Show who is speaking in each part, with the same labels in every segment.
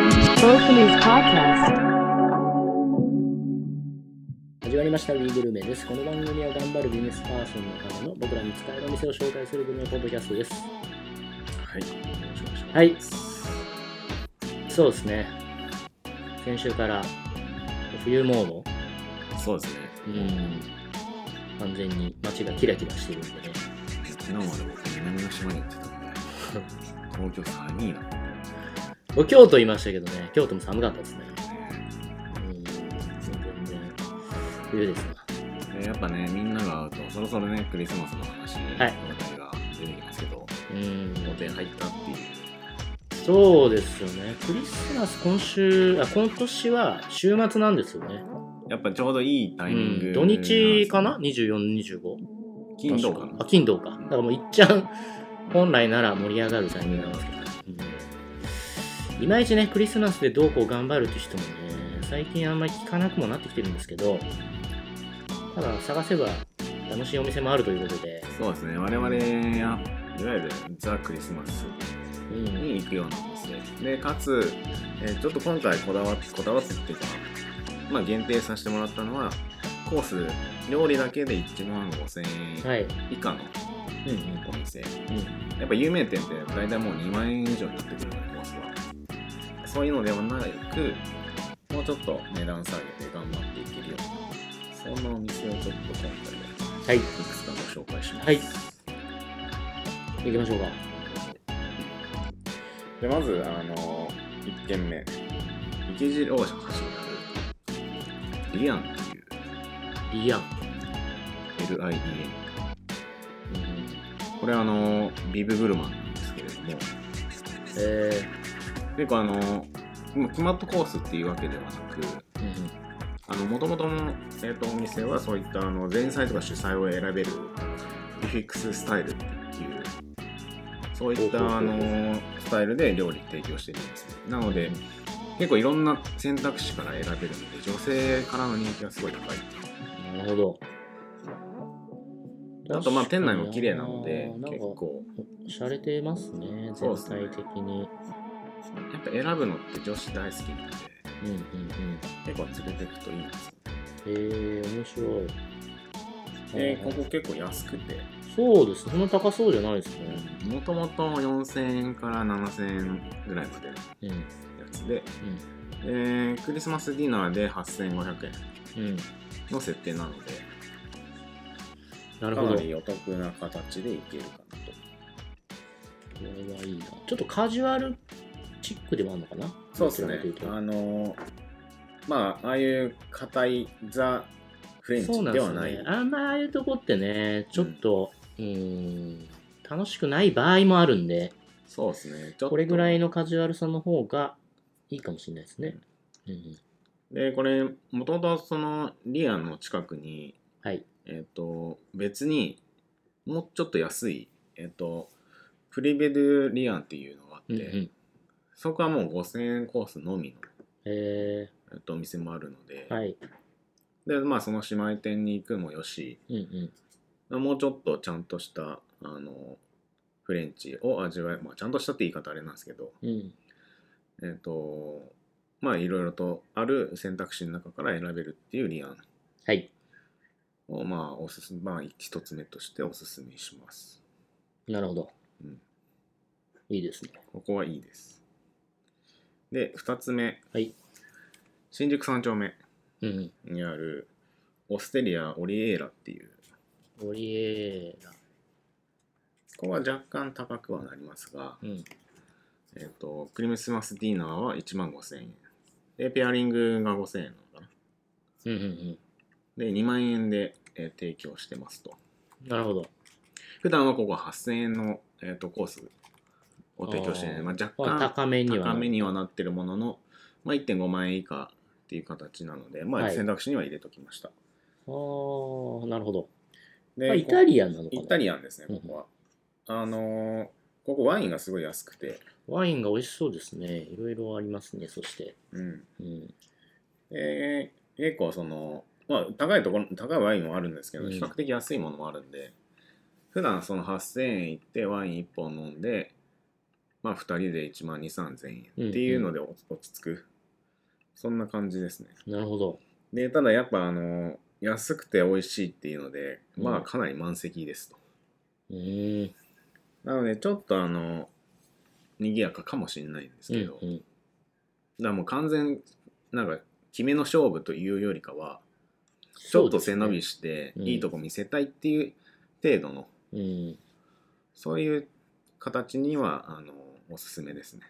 Speaker 1: Sorcery's Podcast.
Speaker 2: 始まりました「ウィーグルメ」ですこの番組は頑張るビジネスパーソンのための僕らに使えるお店を紹介するグルメポッドキャストです
Speaker 3: はい。
Speaker 2: はいそうですね先週から冬モード
Speaker 3: そうですね。
Speaker 2: うん完全に街がキラキラしてるんでね
Speaker 3: 昨日まで僕、南の島に行ってたんで、東京寒いな。
Speaker 2: 僕京都いましたけどね京都も寒かったですねうん全然冬ですな
Speaker 3: でやっぱね、みんなが会うと、そろそろね、クリスマスの話、
Speaker 2: はい
Speaker 3: 話題が出てきますけど、
Speaker 2: うん
Speaker 3: 予定入ったっていう。
Speaker 2: そうですよねクリスマス今週あ今年は週末なんですよね
Speaker 3: やっぱちょうどいいタイミング、
Speaker 2: うん、土日かな ?24、25?
Speaker 3: 金土かな
Speaker 2: あ、金土か。だからもういっちゃん、本来なら盛り上がるタイミングなんですけど。うんいまいちね、クリスマスでどうこう頑張るって人もね、最近あんまり聞かなくもなってきてるんですけど、ただ探せば楽しいお店もあるということで、
Speaker 3: そうですね、我々や、いわゆるザ・クリスマス
Speaker 2: うん、
Speaker 3: に行くようなお店。で、かつ、えーちょっと今回こだわって、こだわってっていうか、まあ限定させてもらったのは、コース、料理だけで1万5000円
Speaker 2: はい。うん
Speaker 3: 以下の
Speaker 2: うん
Speaker 3: お店や
Speaker 2: うん。
Speaker 3: っぱ有名店って大体もう2万円以上になってくるのでコースはそういうのではなくもうちょっと値段下げて頑張っていけるようなそんなお店をちょっと今回は
Speaker 2: はい。
Speaker 3: いくつかご紹介します、
Speaker 2: はい行きましょうか。
Speaker 3: でまずあの1軒目池尻大橋の端にあるリアンっていう
Speaker 2: いいやん。
Speaker 3: LIDA これあのビブグルマンなんですけれども
Speaker 2: え
Speaker 3: 結構あのもう決まったコースっていうわけではなく
Speaker 2: ー、うんうん
Speaker 3: あの元々の、えー、とお店はそういったあの前菜とか主菜を選べるビフィックススタイルっていうそういっ
Speaker 2: ほうほう
Speaker 3: た
Speaker 2: ほう
Speaker 3: あのスタイルで料理提供してるんですねなので結構いろんな選択肢から選べるので女性からの人気がすごい高い
Speaker 2: なるほど。
Speaker 3: あとまあ店内も綺麗なので
Speaker 2: なんか
Speaker 3: 結構
Speaker 2: 洒落てますね、
Speaker 3: そう
Speaker 2: 全
Speaker 3: ですね
Speaker 2: 体的に。
Speaker 3: やっぱ選ぶのって女子大好きなので
Speaker 2: うんうんうん。
Speaker 3: 結構連れていくといいんですよ
Speaker 2: えー、面白い。
Speaker 3: で
Speaker 2: え
Speaker 3: ここ結構安くて
Speaker 2: そうですね、そんな高そうじゃないですね。
Speaker 3: もともと4000円から7000円ぐらいまでのや
Speaker 2: うん
Speaker 3: つでえークリスマスディナーで8500円
Speaker 2: うんうん。
Speaker 3: の設定なので
Speaker 2: な
Speaker 3: か
Speaker 2: るほ
Speaker 3: な
Speaker 2: ど。こ
Speaker 3: りお得な形でいけるかなと
Speaker 2: れはいいな。ちょっとカジュアルチックでもあるのかな
Speaker 3: そうです
Speaker 2: ど
Speaker 3: ね
Speaker 2: ちらかというと
Speaker 3: あのーまあああいう硬いザ・フレン
Speaker 2: そう
Speaker 3: チ
Speaker 2: なんで
Speaker 3: では
Speaker 2: す
Speaker 3: ない
Speaker 2: ね。あんまああいうとこってね、ちょっと、うーん、楽しくない場合もあるんで、
Speaker 3: そうですねちょっと
Speaker 2: これぐらいのカジュアルさの方がいいかもしれないですね。うんうん。
Speaker 3: でこれもともとそのリアンの近くに
Speaker 2: はい。
Speaker 3: えっ、と別にもうちょっと安いえっ、とプリベルリアンっていうのがあって、
Speaker 2: うんうん。
Speaker 3: そこはもう5000円コースのみの、
Speaker 2: え
Speaker 3: えっとお店もあるので、
Speaker 2: ー、はい。
Speaker 3: でまあその姉妹店に行くもよし
Speaker 2: うんうん。
Speaker 3: もうちょっとちゃんとしたあのフレンチを味わえ、まあ、ちゃんとしたって言い方あれなんですけど
Speaker 2: うん。
Speaker 3: えっ、とまあいろいろとある選択肢の中から選べるっていうリアン
Speaker 2: はい。
Speaker 3: をまあおすすめまあ一つ目としておすすめします
Speaker 2: なるほど。
Speaker 3: うん
Speaker 2: いいですね。
Speaker 3: ここはいいですで二つ目、
Speaker 2: はい
Speaker 3: 新宿三丁目
Speaker 2: うん
Speaker 3: にあるオステリアオリエーラっていう
Speaker 2: うん。オリエーラ。
Speaker 3: ここは若干高くはなりますが
Speaker 2: うん。
Speaker 3: えっ、と、クリスマスディナーは1万5000円。で、ペアリングが5000円なのかな。
Speaker 2: うんうん
Speaker 3: で、2万円で、えー提供してますと。
Speaker 2: うん。なるほど。
Speaker 3: 普段はここは8000円の、えー、とコースを提供してるので、
Speaker 2: あー
Speaker 3: まあ、
Speaker 2: まあ、
Speaker 3: 若干
Speaker 2: 高めには。
Speaker 3: 高めにはなってるものの、まあ、1.5万円以下っていう形なので、ま
Speaker 2: は
Speaker 3: あ、
Speaker 2: い
Speaker 3: 選択肢には入れときました。
Speaker 2: ああ、なるほど。
Speaker 3: で
Speaker 2: まあ、イタリアンなのか
Speaker 3: こ
Speaker 2: な
Speaker 3: イタリアンですね、ここは。あのーここワインがすごい安くて、
Speaker 2: ワインが美味しそうですね。いろいろありますね、そして。
Speaker 3: うん、
Speaker 2: うん。
Speaker 3: えー結構その、まあ、高いところ高いワインもあるんですけど
Speaker 2: うん
Speaker 3: 比較的安いものもあるんで、普段その8000円いってワイン1本飲んで、まあ、2人で1万2 3 0 0 0円っていうのでお落ち着くそんな感じですね。
Speaker 2: なるほど。
Speaker 3: で、ただやっぱあの、安くて美味しいっていうので、ま
Speaker 2: う
Speaker 3: あ
Speaker 2: ん
Speaker 3: かなり満席ですと。
Speaker 2: うーん。
Speaker 3: なので、ちょっとあの、賑やかかもしれないんです
Speaker 2: うん
Speaker 3: けど、
Speaker 2: うん。
Speaker 3: だからもう完全、なんか、決めの勝負というよりかは、ち
Speaker 2: ち
Speaker 3: ょっと背伸びして、
Speaker 2: うん
Speaker 3: いいとこ見せたいっていう程度の、
Speaker 2: うん。
Speaker 3: そういう形には、あの、おすすめですね。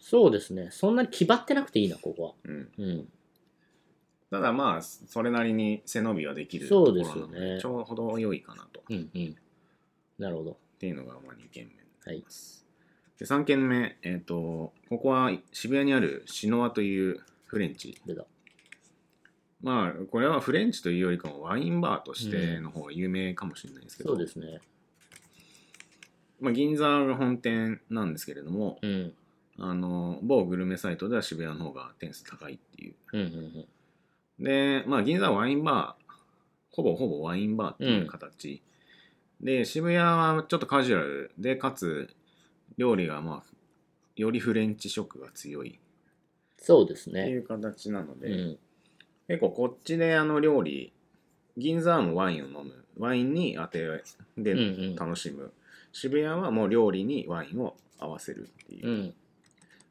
Speaker 2: そうですね。そんなに気張ってなくていいな、ここ
Speaker 3: うん。
Speaker 2: は。うん。
Speaker 3: ただまあ、それなりに背伸びはできると
Speaker 2: そ
Speaker 3: こ
Speaker 2: うで
Speaker 3: ろな
Speaker 2: すよ
Speaker 3: の
Speaker 2: ね
Speaker 3: で、ちょうど良いかなと。
Speaker 2: うんうん。なるほど。
Speaker 3: っていうのがまあ2軒目になります。で3軒目、えっとここは渋谷にあるシノワというフレンチ。
Speaker 2: 出た。
Speaker 3: まあこれはフレンチというよりかもワインバーとしての方が有名かもしれないですけど、
Speaker 2: そうですね。
Speaker 3: まあ、銀座が本店なんですけれども、
Speaker 2: うん。
Speaker 3: あの某グルメサイトでは渋谷の方が点数高いっていう。
Speaker 2: うんうん
Speaker 3: で、まあ、銀座はワインバー、ほぼほぼワインバーっていう形。で、渋谷はちょっとカジュアルで、かつ、料理がまあ、よりフレンチ色が強い
Speaker 2: そうです
Speaker 3: ってい
Speaker 2: ね。
Speaker 3: う形なので、
Speaker 2: うん。
Speaker 3: 結構こっちであの料理、銀座はもうワインを飲む、ワインに当て
Speaker 2: う
Speaker 3: で
Speaker 2: ん
Speaker 3: 楽しむ、渋谷はもう料理にワインを合わせるっていうう、
Speaker 2: ん。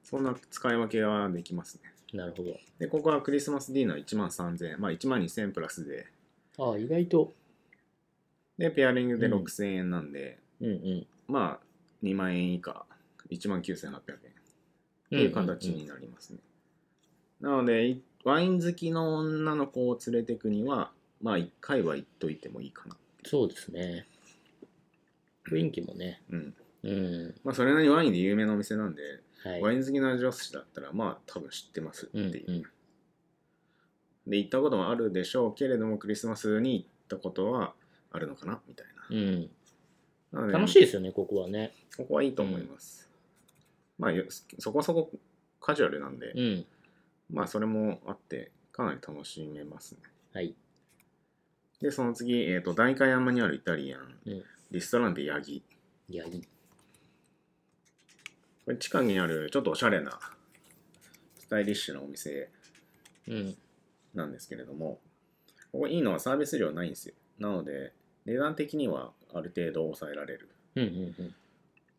Speaker 3: そんな使い分けができますね。
Speaker 2: うん。なるほ
Speaker 3: で、ここはクリスマスディナー1万3000円、まあ1万2000円プラスで
Speaker 2: ど。ああ、意外と。
Speaker 3: で、ペアリングで
Speaker 2: うん
Speaker 3: 6000円なんで、
Speaker 2: うんうん。
Speaker 3: まあ、2万円以下、1万9800円という形になりますね。なので、いワイン好きの女の子を連れてくには、まあ、1回は行っといてもいいかな。
Speaker 2: そうですね。雰囲気もね。
Speaker 3: うん。
Speaker 2: うん。
Speaker 3: まあ、それなりにワインで有名なお店なんで、
Speaker 2: はい。
Speaker 3: ワイン好きな女子だったら、まあ、多分知ってますって
Speaker 2: うん
Speaker 3: いう。
Speaker 2: うん。
Speaker 3: で、行ったこともあるでしょうけれども、クリスマスに行ったことはあるのかなみたい
Speaker 2: うん、
Speaker 3: な。なので
Speaker 2: 楽しいですよね、ここはね。
Speaker 3: ここはいいと思います。まあ、よそこそこカジュアルなんで、
Speaker 2: うん。
Speaker 3: まあ、それもあって、かなり楽しめますね。
Speaker 2: はい。
Speaker 3: で、その次、えっ、と、代官山にあるイタリアン、
Speaker 2: うん
Speaker 3: リストランテヤギ。
Speaker 2: いや、いい。
Speaker 3: これ、地下にある、ちょっとおしゃれな、スタイリッシュなお店
Speaker 2: うん。
Speaker 3: なんですけれども、ここいいのはサービス料ないんですよ。なので、値段的にはある程度抑えられる。
Speaker 2: うんうん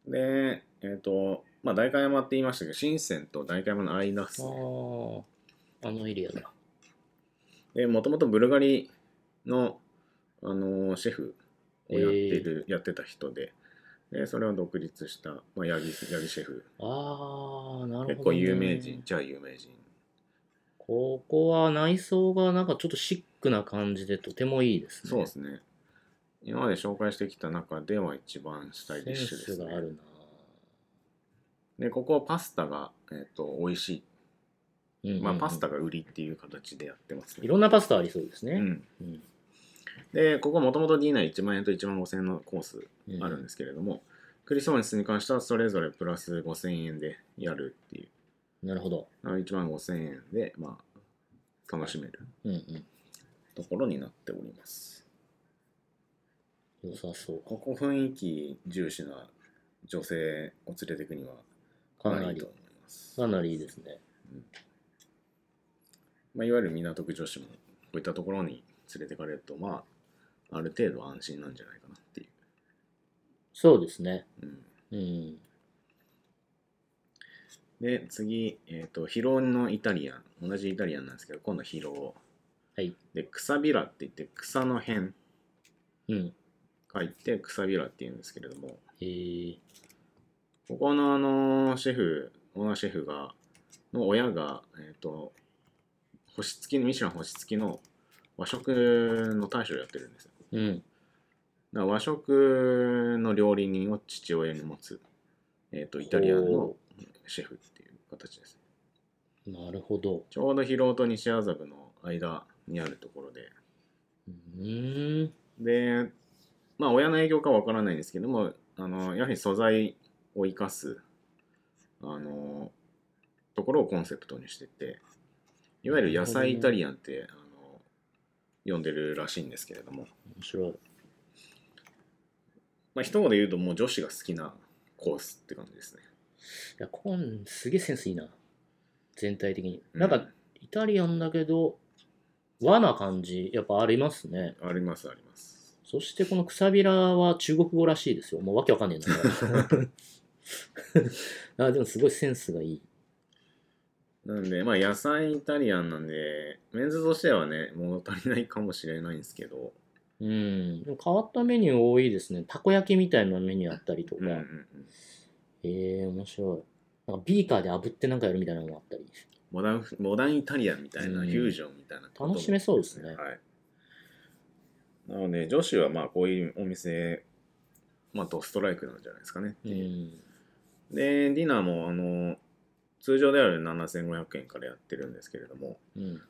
Speaker 2: うん。
Speaker 3: で、えっ、と、まあ、代官山って言いましたけど、深センと代官山の間ですね。
Speaker 2: ああ、あのエリアだ。
Speaker 3: で、もともとブルガリの、あのーシェフをやってる、やってた人で、で、それを独立した、まあ、ヤギ、ヤギシェフ。
Speaker 2: ああ、なるほど、ね。
Speaker 3: 結構有名人、じゃあ有名人。
Speaker 2: ここは内装がなんかちょっとシックな感じでとてもいいですね。
Speaker 3: そうですね。今まで紹介してきた中では一番スタイリッシュで
Speaker 2: セン
Speaker 3: す
Speaker 2: スがあ
Speaker 3: ね。
Speaker 2: るな。
Speaker 3: で、ここパスタが、えっ、と、美味し
Speaker 2: うんうんう
Speaker 3: い。
Speaker 2: ん
Speaker 3: まあ、パスタ。が売りっていう形でやってます
Speaker 2: い
Speaker 3: ね。
Speaker 2: ろんなパスタありそうです
Speaker 3: う
Speaker 2: ね。
Speaker 3: ん。
Speaker 2: うん。
Speaker 3: で、ここもともとディナー1万円と1万5000円のコース
Speaker 2: う
Speaker 3: あるんですけれども、クリスマスに関してはそれぞれプラス5000円でやるっていう。
Speaker 2: なるほど。
Speaker 3: あ1万5000円で、まあ、楽しめる
Speaker 2: うんうん。
Speaker 3: ところになっております。
Speaker 2: 良さそう。
Speaker 3: ここ雰囲気重視な女性を連れていくには
Speaker 2: か
Speaker 3: かなり
Speaker 2: ない
Speaker 3: い
Speaker 2: り
Speaker 3: と、思います。
Speaker 2: かなりいいですね。
Speaker 3: まあ、いわゆる港区女子もこういったところに連れてかれると、まあ、ある程度安心なんじゃないかなっていう。
Speaker 2: そうですね。
Speaker 3: うん
Speaker 2: うん。
Speaker 3: で、次、えっ、と、広尾のイタリアン。同じイタリアンなんですけど、今度広尾。
Speaker 2: はい。
Speaker 3: で、草びらって言って、草の辺
Speaker 2: うん。
Speaker 3: 書いて、草びらって言うんですけれども、
Speaker 2: えー、
Speaker 3: ここのあのシェフ、オーナーシェフが、の親が、えっ、と、星付きの、ミシュラン星付きの和食の大将をやってるんですよ。
Speaker 2: うん。
Speaker 3: だから和食の料理人を父親に持つ、えっ、と、イタリアンの
Speaker 2: ほ
Speaker 3: シェフっていう形です。
Speaker 2: う。なるほど。
Speaker 3: ちょうど広尾と西麻布の間にあるところで、
Speaker 2: うーん。
Speaker 3: で、まあ、親の影響かわからないんですけども、あの、やはり素材を生かす、あの、ところをコンセプトにしてて、いわゆる野菜イタリアンって、あの、呼んでるらしいんですけれども、
Speaker 2: 面白い。
Speaker 3: まあ、一言で言うと、もう女子が好きなコースって感じですね。
Speaker 2: いや、ここ、すげえセンスいいな。全体的に。
Speaker 3: うん
Speaker 2: なんか、イタリアンだけど、和な感じ、やっぱありますね。
Speaker 3: ありますあります。
Speaker 2: そしてこのくさびらは中国語らしいですよ。もうわけわかんねえ な。あでもすごいセンスがいい。
Speaker 3: なんで、まあ野菜イタリアンなんで、メンズとしてはね、物足りないかもしれないんですけど、
Speaker 2: うん。でも変わったメニュー多いですね。たこ焼きみたいなメニューあったりとか。
Speaker 3: うんうんうん、
Speaker 2: ええー、面白い。なんかビーカーで炙ってなんかやるみたいなのもあったり。
Speaker 3: モダンフモダンイタリアンみたいな、
Speaker 2: うん
Speaker 3: フュージョンみたいな、
Speaker 2: 楽しめそうですね
Speaker 3: はい。なので、女子はまあこういうお店、まあドストライクなんじゃないですかね。
Speaker 2: うん。
Speaker 3: で、ディナーもあの、通常である7500円からやってるんですけれども、
Speaker 2: うん。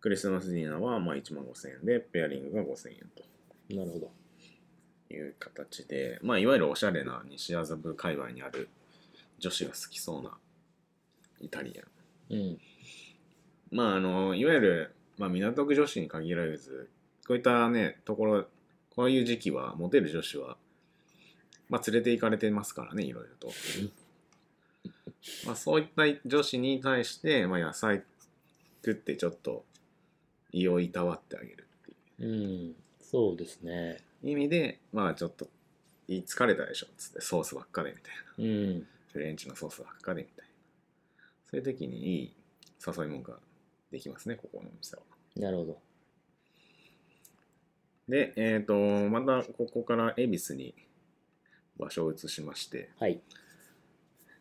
Speaker 3: クリスマスディナーはまあ1万5000円で、ペアリングが5000円
Speaker 2: なるほど。
Speaker 3: という形で、まあ、いわゆるおしゃれな西麻布界隈にある女子が好きそうなイタリアン。
Speaker 2: うん。
Speaker 3: まあ、あの、いわゆる、まあ、港区女子に限らず、こういったね、ところ、こういう時期は、モテる女子は、まあ、連れて行かれてますからね、いろいろと。まあ、そういった女子に対して、まあ、野菜食ってちょっと、胃をいたわってあげるってい
Speaker 2: うん。そうですね。
Speaker 3: う意味で、まあ、ちょっと、言い疲れたでしょ、つって、ソースばっかでみたいな。
Speaker 2: うん。
Speaker 3: フレンチのソースばっかでみたいな。そういう時にいい誘い物ができますね、ここのお店は。
Speaker 2: なるほど。
Speaker 3: で、えっ、と、またここから恵比寿に場所を移しまして、
Speaker 2: はい。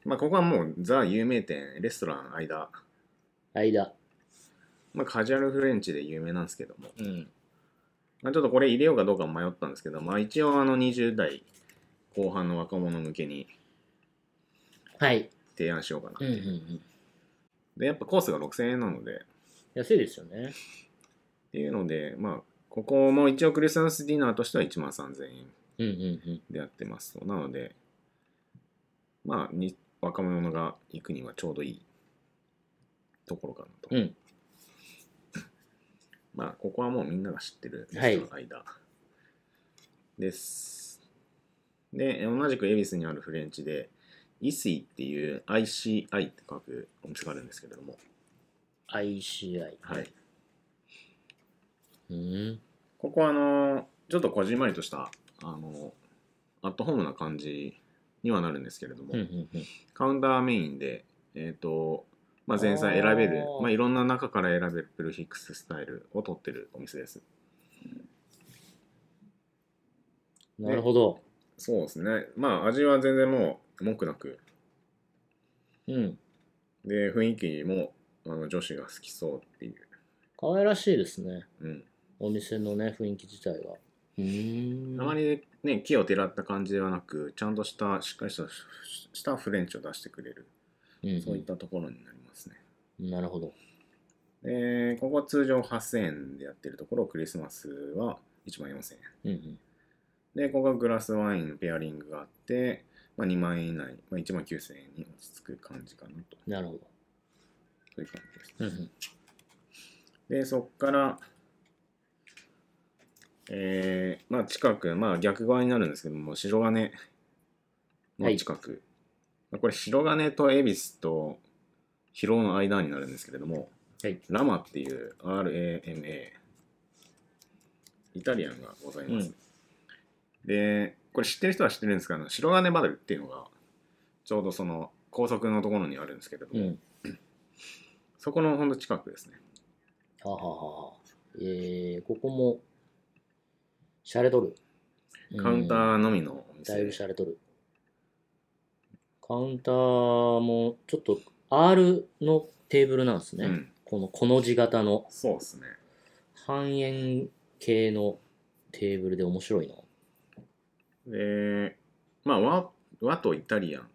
Speaker 3: まあ、ここはもうザ有名店、レストラン間、
Speaker 2: 間。
Speaker 3: まあ、カジュアルフレンチで有名なんですけども、
Speaker 2: うん。
Speaker 3: まあ、ちょっとこれ入れようかどうか迷ったんですけど、まあ、一応あの20代後半の若者向けに
Speaker 2: はい。
Speaker 3: 提案しようかなって
Speaker 2: うんうんう
Speaker 3: いう。
Speaker 2: ん。
Speaker 3: で、やっぱコースが6000円なので、
Speaker 2: 安いですよね。
Speaker 3: っていうので、まあ、ここも一応クリスマスディナーとしては1万3000円
Speaker 2: うんうんうん。
Speaker 3: でやってますと。なので、まあ、に若者が行くにはちょうどいいところかなと。
Speaker 2: うん
Speaker 3: まあ、ここはもうみんなが知ってるレストランの間です。で、同じく恵比寿にあるフレンチで、イスイっていう ICI って書くお店があるんですけれども、
Speaker 2: ICI。
Speaker 3: はい。。
Speaker 2: うん。
Speaker 3: ここはあのちょっとこじんまりとしたあのアットホームな感じにはなるんですけれども、
Speaker 2: うんうんうん。
Speaker 3: カウンターメインで、えっとまあ、前菜選べる
Speaker 2: あー
Speaker 3: まあ、いろんな中から選べるプルフィックススタイルを取ってるお店です
Speaker 2: なるほど。
Speaker 3: そうですねまあ味は全然もう文句なく
Speaker 2: うん。
Speaker 3: で雰囲気もあの女子が好きそうっていう、
Speaker 2: 可愛らしいですね。
Speaker 3: うん、
Speaker 2: お店のね、雰囲気自体は。うーん。
Speaker 3: あまりね木をてらった感じではなくちゃんとしたしっかりしたしたフレンチを出してくれる
Speaker 2: うんうん
Speaker 3: そういったところになりますね
Speaker 2: なるほど。
Speaker 3: えーここは通常8000円でやってるところ、クリスマスは1万4000円。
Speaker 2: うんうん。
Speaker 3: で、ここがグラスワイン、ペアリングがあって、まあ、2万円以内、まあ、1万9000円に落ち着く感じかなと。
Speaker 2: なるほど。
Speaker 3: そういう感じです。
Speaker 2: うんうん。
Speaker 3: で、そこから、えーまあ、近く、まあ、逆側になるんですけども、白金の近く。まあこれ、白金と恵比寿と広尾の間になるんですけれども、
Speaker 2: はい。
Speaker 3: ラマっていう RAMA イタリアンがございます、でこれ知ってる人は知ってるんですけどあの白金バルっていうのがちょうどその高速のところにあるんですけれど
Speaker 2: う
Speaker 3: も、
Speaker 2: ん。
Speaker 3: そこのほんと近くですね
Speaker 2: はははは。えー、ここも、シャレとる。
Speaker 3: カウンタ
Speaker 2: うん
Speaker 3: ーのみのお店
Speaker 2: だいぶシャレとる。カウンターも、ちょっと R のテーブルなんですね。
Speaker 3: うん
Speaker 2: この、この字型の、
Speaker 3: そうですね
Speaker 2: 半円形のテーブルで面白いな。
Speaker 3: でまあ和和とイタリアンっ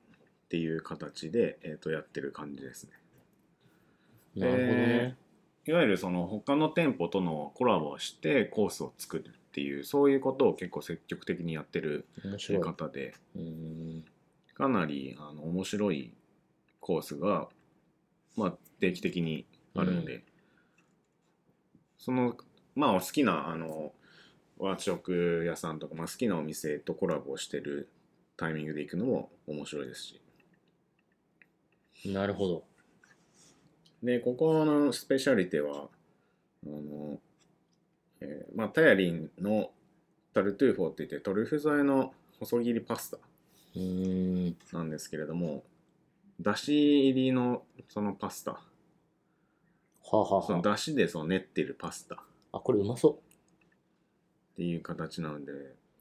Speaker 3: ていう形で、えー、とやってる感じですね
Speaker 2: なるほどね。
Speaker 3: いわゆるその他の店舗とのコラボをしてコースを作るっていうそういうことを結構積極的にやってる
Speaker 2: 面白い。う
Speaker 3: 方で
Speaker 2: ーん。
Speaker 3: かなりあの面白いコースが、まあ、定期的にあるので、そのまあお好きなあの和食屋さんとか、まあ、好きなお店とコラボしてるタイミングで行くのも面白いですし
Speaker 2: なるほど。
Speaker 3: で、ここのスペシャリテは、あの、えーまあ、タヤリンのタルトゥーフォーって言って、トリュフ添えの細切りパス
Speaker 2: うーん。
Speaker 3: タなんですけれども、だし入りのそのパスタ、
Speaker 2: はあ、はあ
Speaker 3: その
Speaker 2: はあ、
Speaker 3: だしでその練ってるパスタっ
Speaker 2: あ、これうまそ
Speaker 3: ていう形なので、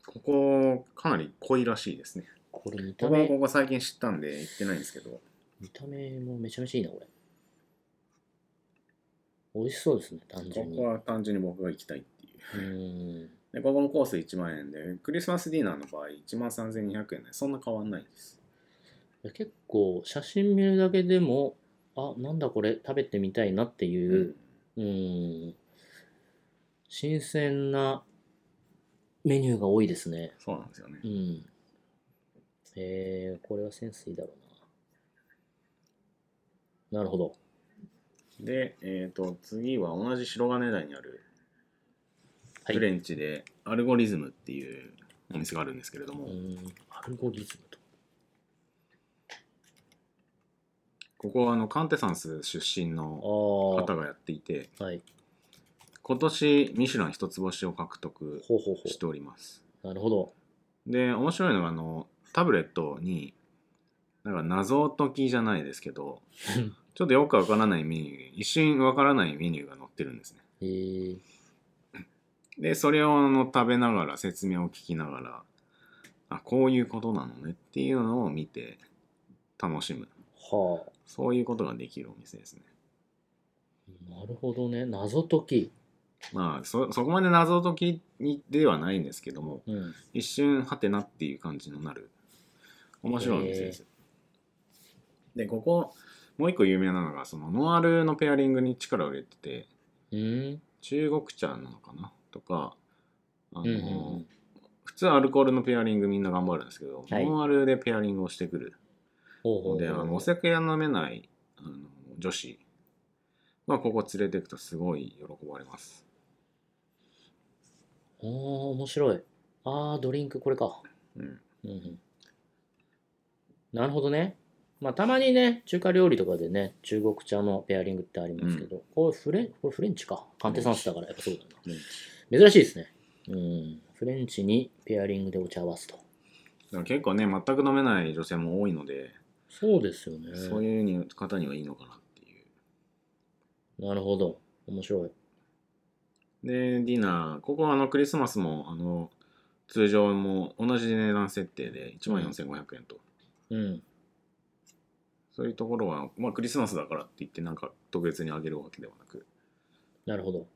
Speaker 3: ここかなり濃いらしいですね。
Speaker 2: う。これ見た
Speaker 3: 僕は
Speaker 2: 目、
Speaker 3: ここ最近知ったんで行ってないんですけど、
Speaker 2: 見た目もめちゃめちゃいいな、これ。美味しそうですね、単
Speaker 3: こ
Speaker 2: 純に。
Speaker 3: こ
Speaker 2: う
Speaker 3: は単純に僕が行きたいっていう。
Speaker 2: ーん。
Speaker 3: で、ここのコース1万円で、クリスマスディナーの場合1万3200円で、そんな変わんないです。
Speaker 2: 結構、写真見るだけでも、あ、なんだこれ、食べてみたいなっていう、うーん、新鮮なメニューが多いですね。
Speaker 3: そうなんですよね
Speaker 2: う。ん。えー、これはセンスいいだろうな。なるほど。
Speaker 3: で、えっ、と、次は同じ白金台にある
Speaker 2: はい
Speaker 3: フレンチで、アルゴリズムっていうお店があるんですけれども、
Speaker 2: うーん、アルゴリズムと。
Speaker 3: ここはあのカンテサンス出身の
Speaker 2: あ
Speaker 3: 方がやっていて、
Speaker 2: あ、はい。
Speaker 3: 今年ミシュラン一つ星を獲得
Speaker 2: ほうほうほ
Speaker 3: しております。
Speaker 2: う。なるほど。
Speaker 3: で、面白いのがあの、タブレットに、なんか謎解きじゃないですけど、ちょっとよくわからないメニュー、一瞬わからないメニューが載ってるんですね。
Speaker 2: えー、
Speaker 3: で、それをあの食べながら、説明を聞きながら、あ、こういうことなのねっていうのを見て楽しむ。
Speaker 2: はあ。
Speaker 3: そういうことができるお店ですね。
Speaker 2: なるほどね。謎解き。
Speaker 3: まあ、そ、そこまで謎解きにではないんですけども、
Speaker 2: うん。
Speaker 3: 一瞬ハテナっていう感じのなる、面白いお店ですよ。で、ここ、もう一個有名なのが、そのノンアルのペアリングに力を入れてて、
Speaker 2: うん。
Speaker 3: 中国茶なのかなとか、あ
Speaker 2: うん
Speaker 3: の、
Speaker 2: うん
Speaker 3: 普通アルコールのペアリングみんな頑張るんですけど、
Speaker 2: はい
Speaker 3: ノンアルでペアリングをしてくる
Speaker 2: ほうほうほ
Speaker 3: の
Speaker 2: う。
Speaker 3: で、あのお酒が飲めないあの女子はここ連れていくとすごい喜ばれます。
Speaker 2: おお面白い。ああ、ドリンクこれか。
Speaker 3: うん、
Speaker 2: うんうん。なるほどね。まあ、たまにね、中華料理とかでね、中国茶のペアリングってありますけど、これフレン、これフレンチか。カンテサンスだから、やっぱそうだな。
Speaker 3: うん
Speaker 2: 珍しいですね。うん。フレンチにペアリングでお茶合わすと。
Speaker 3: だから結構ね全く飲めない女性も多いので、
Speaker 2: そうですよね。
Speaker 3: そういう方にはいいのかなっていう。
Speaker 2: なるほど。面白い。
Speaker 3: でディナーここはあのクリスマスもあの通常も同じ値段設定で1万4500円と、
Speaker 2: うん。
Speaker 3: そういうところは、まあ、クリスマスだからって言ってなんか特別にあげるわけではなく
Speaker 2: なるほど。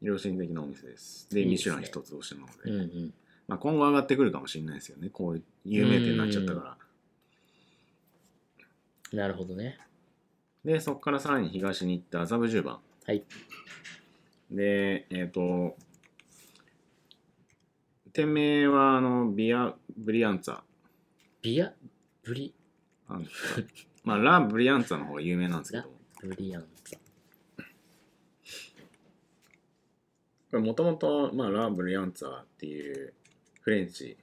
Speaker 3: 良心的なお店です。で
Speaker 2: いいで
Speaker 3: ミ
Speaker 2: す
Speaker 3: シ
Speaker 2: ね
Speaker 3: ュラン一つ星なので。
Speaker 2: うんうん。
Speaker 3: まあ、今後上がってくるかもしれないですよね。こういう有名店になっちゃったから。
Speaker 2: なるほどね。
Speaker 3: で、そこからさらに東に行って麻布十番。
Speaker 2: はい。
Speaker 3: で、えっ、と、店名は、あの、ビア・ブリアンツァ。
Speaker 2: ビア、ブリ、
Speaker 3: あのまあ、ラ・ブリアンツァの方が有名なんですけど、こ
Speaker 2: ブリアンツァ。
Speaker 3: れもともと、まあ、ラ・ブリアンツァっていうフレンチ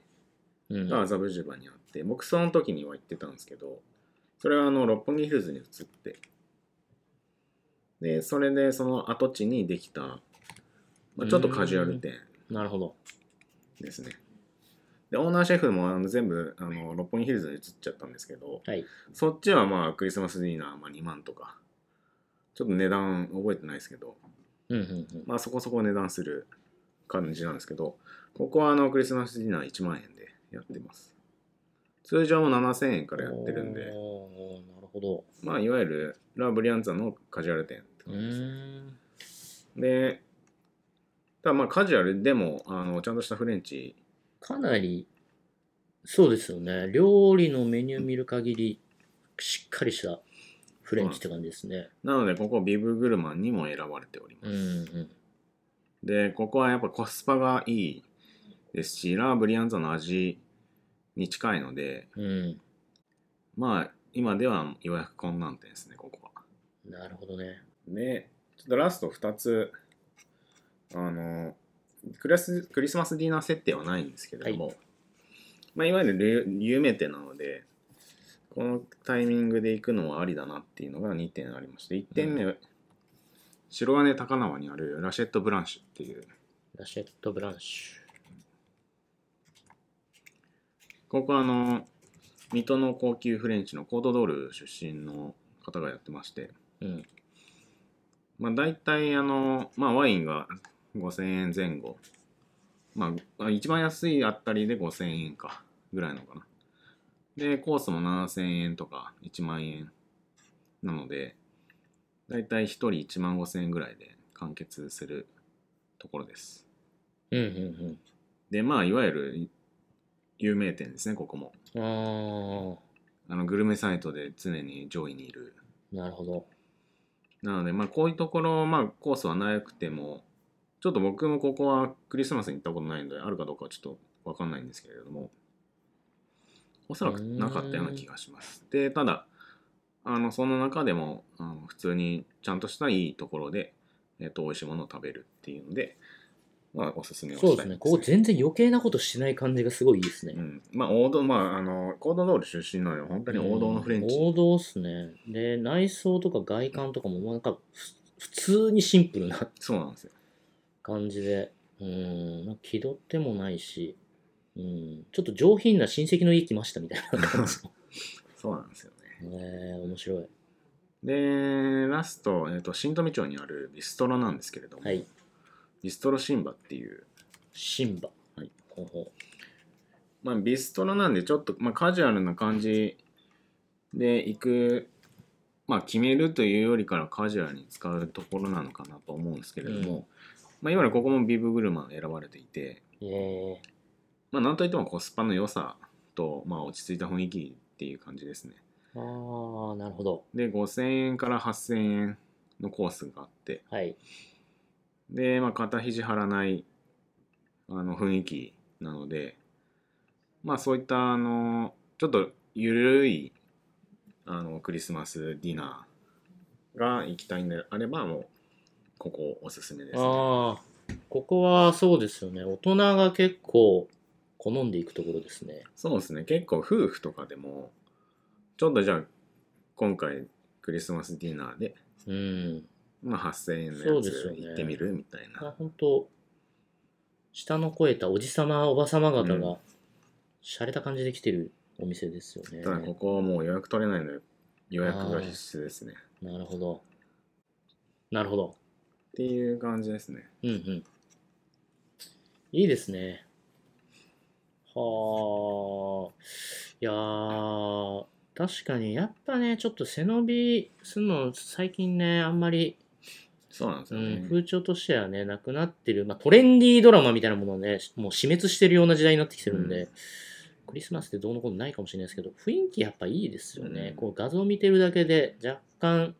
Speaker 2: うん。
Speaker 3: が麻布十番にあって、僕その時には行ってたんですけど、それはあの六本木ヒルズに移って、で、それでその跡地にできた、まあ、ちょっとカジュアル店
Speaker 2: なるほど。
Speaker 3: ですね。で、オーナーシェフもあの全部あの六本木ヒルズに移っちゃったんですけど、
Speaker 2: はい。
Speaker 3: そっちはまあクリスマスディナー、まあ、2万とか、ちょっと値段覚えてないですけど、
Speaker 2: うんうんうん。
Speaker 3: まあそこそこ値段する感じなんですけど、ここはあのクリスマスディナー1万円でやってます。通常も7000円からやってるんで、
Speaker 2: おーなるほど。
Speaker 3: まあいわゆるラ・ブリアンツァのカジュアル店って
Speaker 2: う
Speaker 3: 感じですね。
Speaker 2: ーん。
Speaker 3: で、ただまあカジュアルでもあのちゃんとしたフレンチ、
Speaker 2: かなり、そうですよね。料理のメニュー見る限り、しっかりしたフレンチって感じですね。
Speaker 3: なのでここビブグルマンにも選ばれており
Speaker 2: う
Speaker 3: ま
Speaker 2: ん
Speaker 3: す。
Speaker 2: うん。
Speaker 3: で、ここはやっぱコスパがいいですし、ラ・ブリアンツァの味に近いので、
Speaker 2: うん。
Speaker 3: まあ今ではようやく困難点ですね、ここは。
Speaker 2: なるほどね。
Speaker 3: で、ちょっとラスト2つ、あの、クリスクリスマスディナー設定はないんですけれども、いまあ、いわゆる有有名店なので、このタイミングで行くのはありだなっていうのが2点ありまして、1点目、白金高輪にあるラシェット・ブランシュっていう、
Speaker 2: ラシェット・ブランシ
Speaker 3: ここはあの、水戸の高級フレンチのコートドール出身の方がやってまして、
Speaker 2: ュ。うん。
Speaker 3: まあ、大体あの、まあ、ワインが5000円前後、まあまあ、一番安いあたりで5000円かぐらいのかなでコースも7000円とか1万円なので大体1人1万5000円ぐらいで完結するところです
Speaker 2: うんうん
Speaker 3: でまあいわゆる有名店ですねここも
Speaker 2: うん。あ
Speaker 3: あのグルメサイトで常に上位にいる
Speaker 2: あ、なるほど。
Speaker 3: なので、まあ、こういうところ、まあ、コースはなくても、ちょっと僕もここはクリスマスに行ったことないので、あるかどうかはちょっとわかんないんですけれども、おそらくなかったような気がします。で、ただ、あの、その中でも、あの普通にちゃんとしたいいところで、えっと、美味しいものを食べるっていうので、まあ、おすすめをした
Speaker 2: そ
Speaker 3: いう
Speaker 2: ですね。ここ全然余計なことしない感じがすごいいいですね。
Speaker 3: うん、まあ、王道、まあ、あの、コードドール出身なので、本当に王道のフレンチ。
Speaker 2: うん王道っすね。で、内装とか外観とかも、もうなんか、ふ普通にシンプルな
Speaker 3: そうなんですよ。
Speaker 2: 感じで、うん、なんか気取ってもないし、うん、ちょっと上品な親戚の家来ましたみたいな感じ。
Speaker 3: そうなんですよね。
Speaker 2: えー、面白い。
Speaker 3: で、ラスト、えっと新富町にあるビストロなんですけれども、
Speaker 2: はい。
Speaker 3: ビストロシンバっていう、
Speaker 2: シンバ。
Speaker 3: はい
Speaker 2: ほうほ
Speaker 3: まあ、ビストロなんでちょっと、まあ、カジュアルな感じで行く、まあ、決めるというよりからカジュアルに使うところなのかなと思うんですけれども、まあ、いわゆるここもビブグルマン選ばれていて、
Speaker 2: うえ
Speaker 3: まあ、なんといってもコスパの良さと、まあ、落ち着いた雰囲気っていう感じですね。
Speaker 2: ー、あー、なるほど。
Speaker 3: で、5000円から8000円のコースがあって、
Speaker 2: はい。
Speaker 3: で、まあ、肩肘張らないあの雰囲気なので、まあ、そういったあのちょっとゆるいあのクリスマスディナーが行きたいんであればもうここおすすめです、ね。
Speaker 2: あー、ここはそうですよね。大人が結構好んでいくところですね。
Speaker 3: そうですね結構夫婦とかでもちょっとじゃあ今回クリスマスディナーで、
Speaker 2: うん。
Speaker 3: まあ、8000円の
Speaker 2: そ
Speaker 3: や
Speaker 2: うですよ
Speaker 3: つ
Speaker 2: ね
Speaker 3: 行ってみるみたい
Speaker 2: あ
Speaker 3: な。
Speaker 2: 本当下の肥えたおじさまおばさま方
Speaker 3: う
Speaker 2: が洒落た感じで来てるお店ですよね、
Speaker 3: ただここはもう予約取れないので予約が必須ですね。
Speaker 2: なるほどなるほど
Speaker 3: っていう感じですね。
Speaker 2: うんうんいいですねはあいやー確かにやっぱねちょっと背伸びするの最近ねあんまり
Speaker 3: そうなんです
Speaker 2: う
Speaker 3: よね。
Speaker 2: ん、風潮としてはね、なくなってる、まあ、トレンディードラマみたいなものをね、もう死滅してるような時代になってきてるんで、
Speaker 3: うん
Speaker 2: クリスマスってどうのことないかもしれないですけど、雰囲気やっぱいいですよね。
Speaker 3: うん
Speaker 2: こう画像見てるだけで若干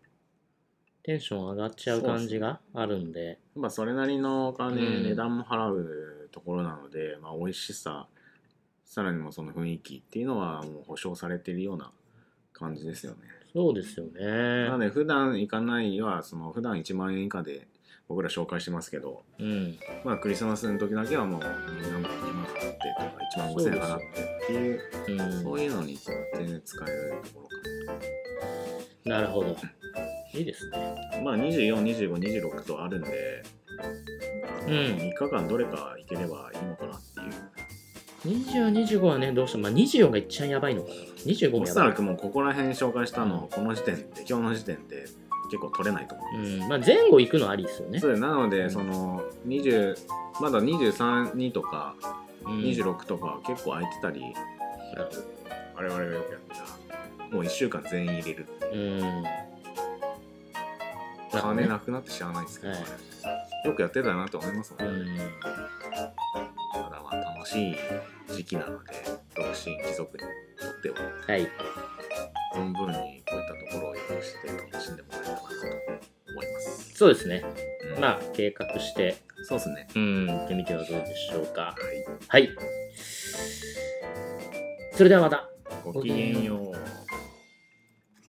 Speaker 2: テンション上がっちゃう感じがあるんで、
Speaker 3: まあ、それなりのお金、
Speaker 2: うん
Speaker 3: 値段も払うところなので、まあ、美味しさ、さらにもその雰囲気っていうのは、もう保証されているような感じですよね。
Speaker 2: そうですよ
Speaker 3: なの
Speaker 2: ね。
Speaker 3: で、普段行かないは、その普段1万円以下で僕ら紹介してますけど、
Speaker 2: うん、
Speaker 3: まあ、クリスマスの時だけはもう、みんなも2万払ってとか、1万5000円払ってっていう、
Speaker 2: うん
Speaker 3: そういうのに全然使えるところか
Speaker 2: なるほど。いいですね。
Speaker 3: な。まあ、24、25、26とあるんで、
Speaker 2: うん
Speaker 3: 3日間どれか行ければいいのかなっていう。
Speaker 2: 20、25はね、どうしても、まあ、24がいっちゃやばいのかな。25
Speaker 3: お
Speaker 2: もや
Speaker 3: そ
Speaker 2: ば
Speaker 3: ら
Speaker 2: い。
Speaker 3: くもうここら辺紹介したの、この時点で今日の時点で結構取れないと思
Speaker 2: う
Speaker 3: うんです、
Speaker 2: ん、まあ、前後行くのありですよね
Speaker 3: そ。うですなの
Speaker 2: う
Speaker 3: で
Speaker 2: ん
Speaker 3: その20まだ232とか
Speaker 2: うん
Speaker 3: 26とか結構空いてたり、我々がよくやったもう1週間全員入れる
Speaker 2: うん。
Speaker 3: 金なくなって知らないですけど、
Speaker 2: はい
Speaker 3: よくやってたなと思いますも、
Speaker 2: うんん、
Speaker 3: ただまあ楽しい時期なので独身貴族にとっては
Speaker 2: はい。
Speaker 3: 存分にこういったところを利用して楽しんでもらえたらなと思います、
Speaker 2: そうですね。
Speaker 3: うん
Speaker 2: まあ、計画して、
Speaker 3: そうですね
Speaker 2: うん、行ってみてはどうでしょうか。
Speaker 3: はい
Speaker 2: はい。それではまた。
Speaker 3: ごきげんよう。